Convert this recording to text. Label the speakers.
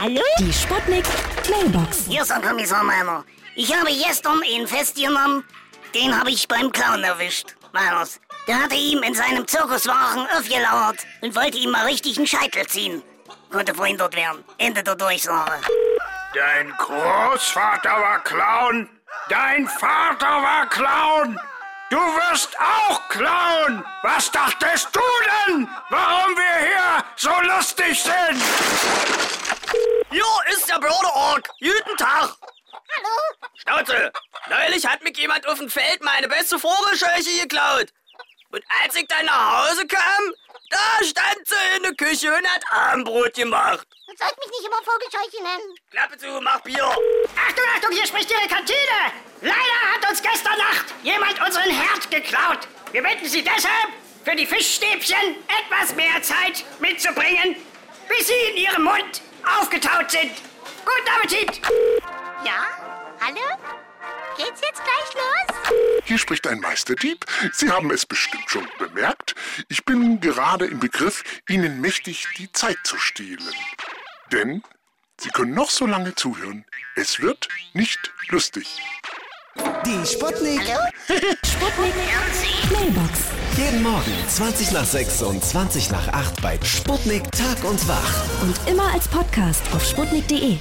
Speaker 1: Hallo?
Speaker 2: Die Sputnik Mailbox.
Speaker 3: Hier ist ein Kommissar Meiner. Ich habe gestern ihn festgenommen. Den habe ich beim Clown erwischt. Meiners. Der hatte ihm in seinem Zirkuswagen aufgelauert und wollte ihm mal richtig einen Scheitel ziehen. Konnte verhindert werden. Ende der Durchsage.
Speaker 4: Dein Großvater war Clown. Dein Vater war Clown. Du wirst auch Clown. Was dachtest du denn, warum wir hier so lustig sind?
Speaker 5: Hier ist der Bruderorg. Guten Tag.
Speaker 6: Hallo?
Speaker 5: Schnauze. Neulich hat mich jemand auf dem Feld meine beste Vogelscheuche geklaut. Und als ich dann nach Hause kam, da stand sie in der Küche und hat Abendbrot gemacht.
Speaker 6: Du sollst mich nicht immer Vogelscheuche nennen.
Speaker 5: Klappe zu, mach Bier.
Speaker 7: Achtung, Achtung, hier spricht Ihre Kantine. Leider hat uns gestern Nacht jemand unseren Herd geklaut. Wir bitten Sie deshalb, für die Fischstäbchen etwas mehr Zeit mitzubringen, bis sie in Ihrem Mund aufgetaut sind. Guten Appetit.
Speaker 6: Ja? Hallo? Geht's jetzt gleich los?
Speaker 8: Hier spricht ein Meisterdieb. Sie haben es bestimmt schon bemerkt. Ich bin gerade im Begriff, Ihnen mächtig die Zeit zu stehlen. Denn Sie können noch so lange zuhören. Es wird nicht lustig.
Speaker 9: Die Sputnik.
Speaker 2: Sputnik Mailbox.
Speaker 9: Jeden Morgen 20 nach 6 und 20 nach 8 bei Sputnik Tag und Wach.
Speaker 2: Und immer als Podcast auf sputnik.de.